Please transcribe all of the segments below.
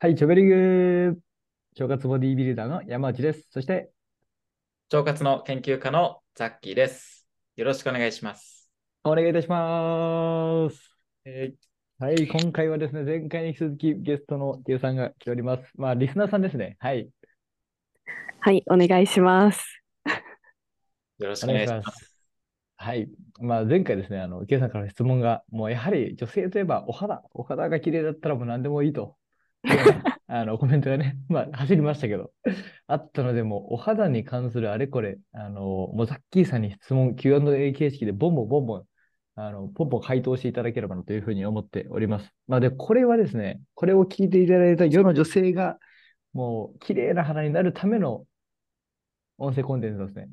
はい、チョベリグ腸活ボディービルダーの山内です。そして、腸活の研究家のザッキーです。よろしくお願いします。お願いいたします。えはい、今回はですね、前回に引き続きゲストのゆうさんが来ております。まあ、リスナーさんですね。はい。はい、お願いします。よろしくお願いします。はい。まあ、前回ですね、あの、ケイさんから質問が、もうやはり女性といえばお肌、お肌が綺麗だったらもう何でもいいと あのコメントがね、まあ、走りましたけど、あったので、もお肌に関するあれこれ、あのもうザッキーさんに質問、Q&A 形式でボンボンボンボン、あのポンポン回答していただければなというふうに思っております。まあ、で、これはですね、これを聞いていただいた世の女性が、もう綺麗な肌になるための音声コンテンツですね。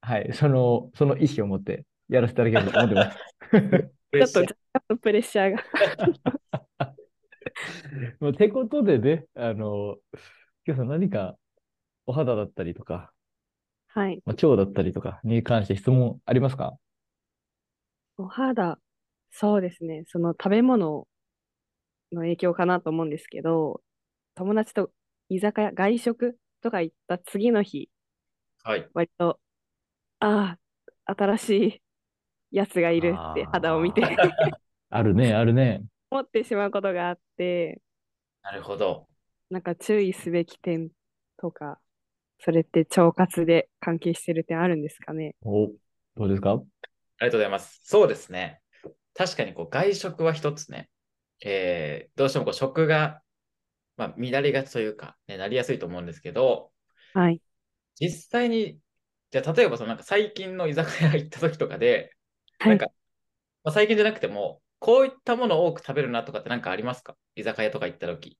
はい、その、その意識を持ってやらせていただければと思 ってます。ちょっと若干プレッシャーが。まあ、てことでね、あの、今日さん何かお肌だったりとか、はい。まあ、腸だったりとかに関して質問ありますかお肌、そうですね。その食べ物の影響かなと思うんですけど、友達と居酒屋、外食とか行った次の日、はい。割と、ああ、新しいやつがいるって肌を見てあるね、あるね。思ってしまうことがあって、なるほど。なんか注意すべき点とか、それって腸活で関係してる点あるんですかね。お、どうですかあ りがとうございます。そうですね。確かにこう外食は一つね、えー、どうしてもこう食が、まあ、乱れがちというか、ね、なりやすいと思うんですけど、はい、実際に、じゃあ例えばそのなんか最近の居酒屋行った時とかで、はい、なんか、まあ、最近じゃなくても、こういったものを多く食べるなとかって何かありますか居酒屋とか行った時。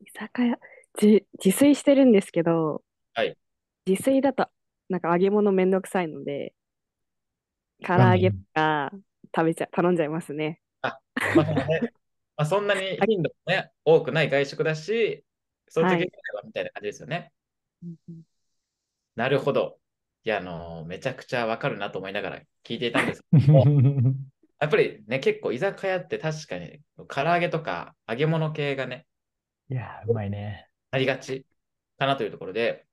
居酒屋自、自炊してるんですけど、はい。自炊だと、なんか揚げ物めんどくさいので、唐揚げとか食べちゃ、頼んじゃいますね。あ、まあ、ね、まあそんなに頻度もね、多くない外食だし、そういう時にはみたいな感じですよね。はい、なるほど。いや、あのー、めちゃくちゃわかるなと思いながら聞いていたんですけどやっぱりね、結構居酒屋って確かに、唐揚げとか揚げ物系がね、いや、うまいね。ありがちかなというところで、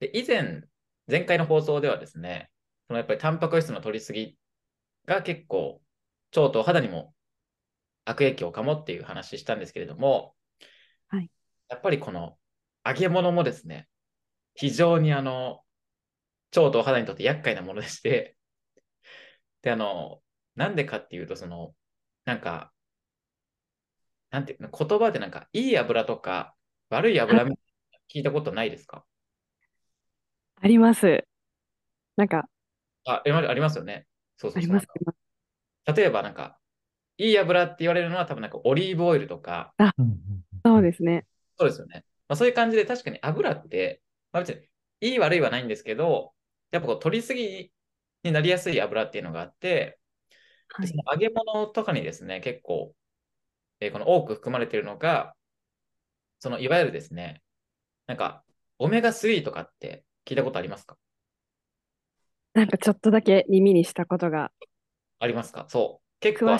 で以前、前回の放送ではですね、そのやっぱりタンパク質の取りすぎが結構、腸と肌にも悪影響かもっていう話したんですけれども、はい、やっぱりこの揚げ物もですね、非常にあの、腸と肌にとって厄介なものでして、で、あの、なんでかっていうと、その、なんか、なんていうの、言葉でなんか、いい油とか、悪い油みたい聞いたことないですかあります。なんか。あ、ありますよね。そうそうあります。例えば、なんか、いい油って言われるのは、多分なんか、オリーブオイルとか。あ、そうですね。そうですよね。まあ、そういう感じで、確かに油って、まあ、別に、いい悪いはないんですけど、やっぱこう、取りすぎになりやすい油っていうのがあって、はい、揚げ物とかにですね、結構、えー、この多く含まれているのが、そのいわゆるですね、なんか、オメガ3とかって聞いたことありますかなんかちょっとだけ耳にしたことが。ありますかそう。結構、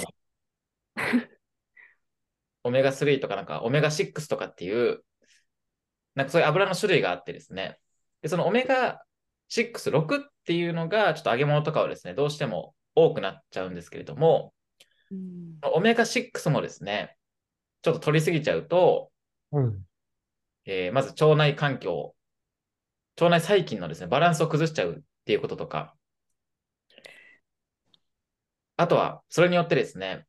オメガ3とかなんかオメガ6とかっていう、なんかそういう油の種類があってですね、でそのオメガ6、6っていうのが、ちょっと揚げ物とかをですね、どうしても多くなっちゃうんですけれども、うん、オメガ6もですね、ちょっと取りすぎちゃうと、うん、えー、まず腸内環境、腸内細菌のですね、バランスを崩しちゃうっていうこととか、あとは、それによってですね、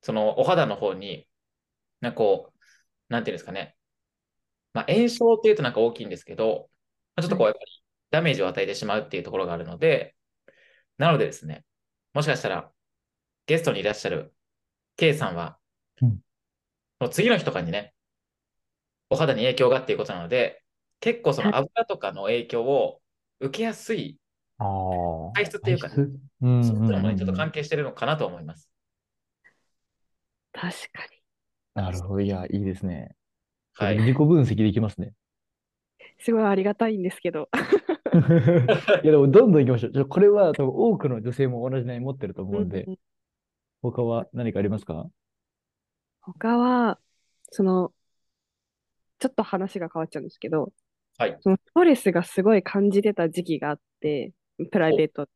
そのお肌の方に、なんかこう、なんていうんですかね、まあ、炎症っていうとなんか大きいんですけど、ちょっとこう、やっぱりダメージを与えてしまうっていうところがあるので、なのでですね、もしかしたらゲストにいらっしゃる K さんは、うん、の次の日とかにね、お肌に影響がっていうことなので、結構その油とかの影響を受けやすい体質っていうか、ね、うんうん、そういうのにちょっと関係してるのかなと思います。確かに。なるほど。いや、いいですね。はい。自己分析できますね。 すごいありがたいんですけど。いやでもどんどんいきましょう。これは多分多くの女性も同じ悩み持ってると思うんで、うん、他は何かありますか他は、その、ちょっと話が変わっちゃうんですけど、はい。そのストレスがすごい感じてた時期があって、プライベート。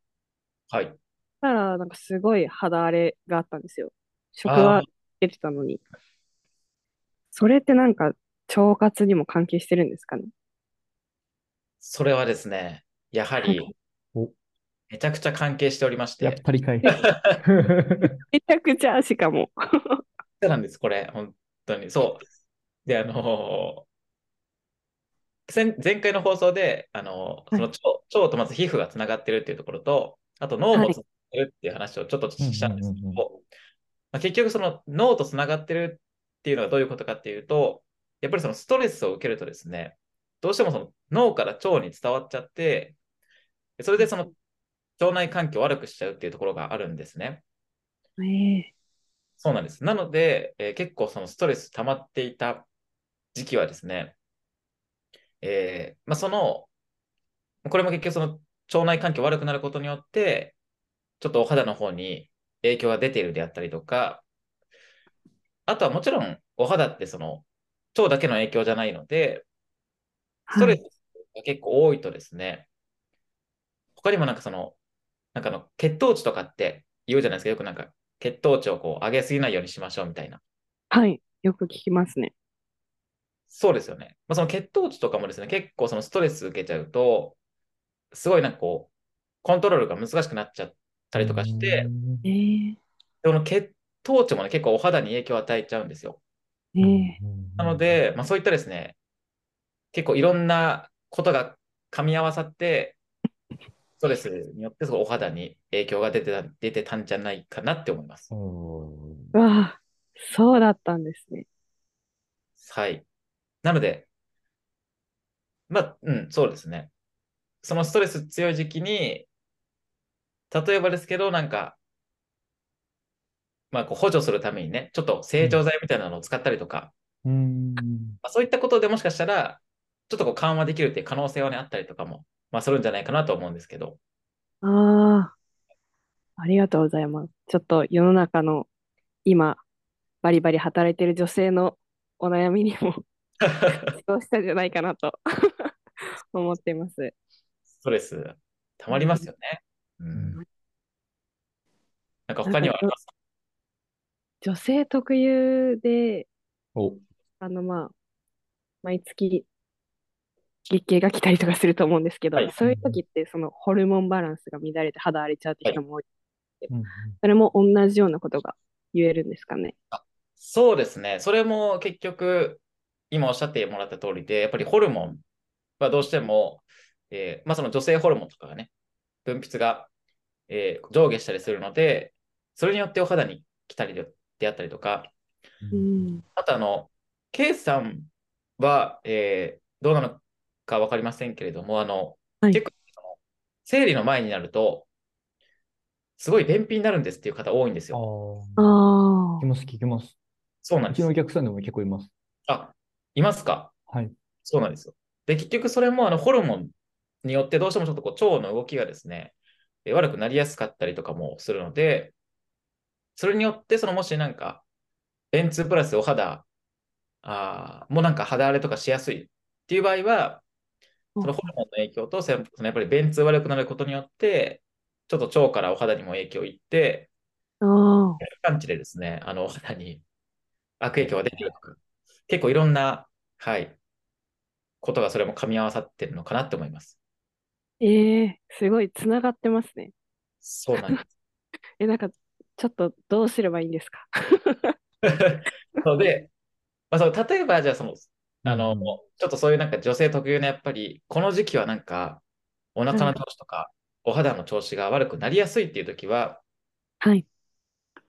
はい。だから、なんかすごい肌荒れがあったんですよ。職あは出てたのに。それってなんか、腸活にも関係してるんですかね。それはですね、やはりお、めちゃくちゃ関係しておりまし、やってぱりかい。めちゃくちゃ、しかも。そうなんです、これ、本当に。そう。で、あのー前前回の放送で、あのーその腸、腸とまず皮膚がつながってるっていうところと、あと脳もつながってるっていう話をちょっとしたんですけうんうんうんど、まあ、結局その脳とつながってるっていうのはどういうことかっていうと、やっぱりそのストレスを受けるとですね、どうしてもその脳から腸に伝わっちゃって、それでその腸内環境を悪くしちゃうっていうところがあるんですね。ええそうなんです。なので、えー結構そのストレス溜まっていた時期はですね、えーまあ、その、これも結局その腸内環境悪くなることによって、ちょっとお肌の方に影響が出ているであったりとか、あとはもちろんお肌ってその腸だけの影響じゃないので、ストレスが結構多いとですね、他にもなんかその、なんかあの血糖値とかって言うじゃないですか、よくなんか血糖値をこう上げすぎないようにしましょうみたいな。はい。はい。よく聞きますね。そうですよね。まあ、その血糖値とかもですね、結構そのストレス受けちゃうと、すごいなんかこう、コントロールが難しくなっちゃったりとかして、ええその血糖値もね、結構お肌に影響を与えちゃうんですよ。うえん、えなので、まあ、そういったですね、結構いろんなことが噛み合わさって、ストレスによってすごいお肌に影響が出てた出てたんじゃないかなって思います。うん、うわあ、そうだったんですね。はい。なので、まあ、うん、そうですね。そのストレス強い時期に、例えばですけど、なんか、まあ、こう補助するためにね、ちょっと成長剤みたいなのを使ったりとか、うん、まあ、そういったことでもしかしたら、ちょっとこう緩和できるっていう可能性はね、あったりとかも、まあ、するんじゃないかなと思うんですけど、 ああ、ありがとうございます。ちょっと世の中の今、バリバリ働いてる女性のお悩みに もどうしたんじゃないかなと 思っています。ストレス、溜まりますよね。うん。なんか他にはありますか女性特有で、お、あのまあ、毎月月経が来たりとかすると思うんですけど、はいそういう時ってそのホルモンバランスが乱れて肌荒れちゃうって人も多い。うん、それも同じようなことが言えるんですかね。そうですね。それも結局、今おっしゃってもらった通りで、やっぱりホルモンはどうしても、えーまあ、その女性ホルモンとかがね、分泌が、えー上下したりするので、それによってお肌に来たりであったりとか、うん。あとあの、K さんは、えーどうなのか分かりませんけれども、あの、はい結構その、生理の前になると、すごい便秘になるんですっていう方多いんですよ。ああ、あ聞きます、聞きます。そうなんうでちすのお。客さんでも結構います。あ、いますかはい。そうなんですよ。で、結局それもあのホルモンによってどうしてもちょっとこう腸の動きがですね、えー悪くなりやすかったりとかもするので、それによって、そのもしなんか、便通プラスお肌あーもうなんか肌荒れとかしやすいっていう場合は、うんそのホルモンの影響と、せんそのやっぱり便通悪くなることによって、ちょっと腸からお肌にも影響いって、あ、ああ。感知でですね、あのお肌に悪影響が出てるとか、結構いろんな、はい、ことがそれも噛み合わさってるのかなって思います。ええすごいつながってますね。そうなんで す。え、なんか、ちょっとどうすればいいんですかので、まあ、その例えば、じゃあその、あの、うんちょっとそういうなんか女性特有のやっぱり、この時期はなんか、お腹の調子とか、お肌の調子が悪くなりやすいっていう時は、はい。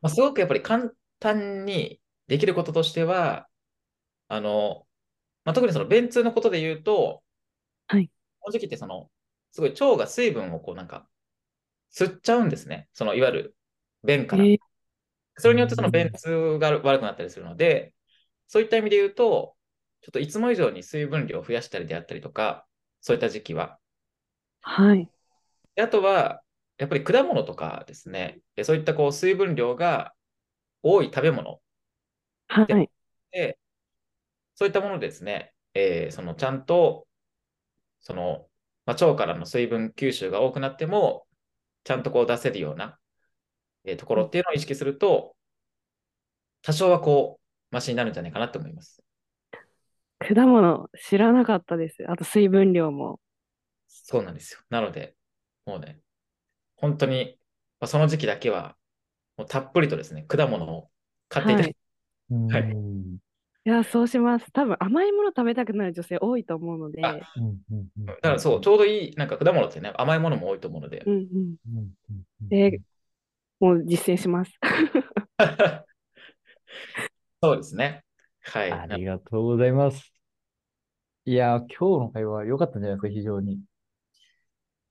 まあ、すごくやっぱり簡単にできることとしては、あの、まあ、特にその便通のことで言うと、はい。この時期ってその、すごい腸が水分をこうなんか、吸っちゃうんですね。その、いわゆる便から。ええそれによってその便通が悪くなったりするので、そういった意味で言うと、ちょっといつも以上に水分量を増やしたりであったりとか、そういった時期は。はい。であとは、やっぱり果物とかですね、でそういったこう水分量が多い食べ物はい。で、そういったものですね、えーそのちゃんと、その、まあ、腸からの水分吸収が多くなっても、ちゃんとこう出せるような、えーところっていうのを意識すると、多少はこう、マシになるんじゃないかなと思います。果物知らなかったです。あと水分量も。そうなんですよ。なので、もうね、本当に、まあ、その時期だけは、もうたっぷりとですね、果物を買っていただはいいて、うんはいうんいや、そうします。多分甘いもの食べたくなる女性多いと思うので。あうんうんだからそう、ちょうどいい、なんか果物ってね、甘いものも多いと思うのでう、んうん。うんうんうんで、もう実践します。そうですね。はい。あなりがとうございます。いやー、今日の会話良かったんじゃないですか、非常に。い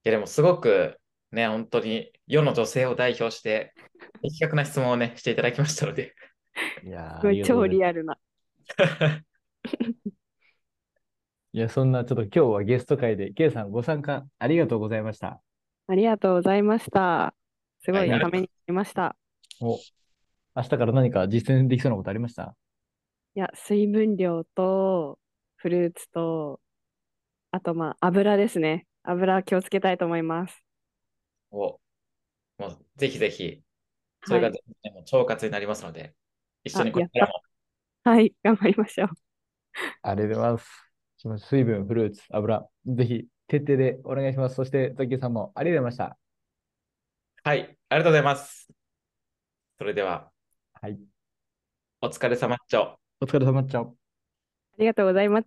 やでもすごくね、本当に世の女性を代表して、的確な質問をね、していただきましたので。 いやー、すごあいりがとう超ございますリアルな。いや、そんなちょっと今日はゲスト会で、K さんご参加ありがとうございました。ありがとうございました。すごいはいためになりました。お、明日から何か実践できそうなことありましたいや、水分量と、フルーツと、あとまあ、油ですね。油気をつけたいと思います。をもうぜひぜひ、それが、ねもう腸活になりますので、一緒にこれからもはい、はい、頑張りましょう。ありがとうございます。すみません水分、フルーツ、油、ぜひ徹底でお願いします。そして、ザッキーさんもありがとうございました。はい、ありがとうございます。それでは、はい。お疲れ様っちょ。お疲れ様、チャオ。ありがとうございます。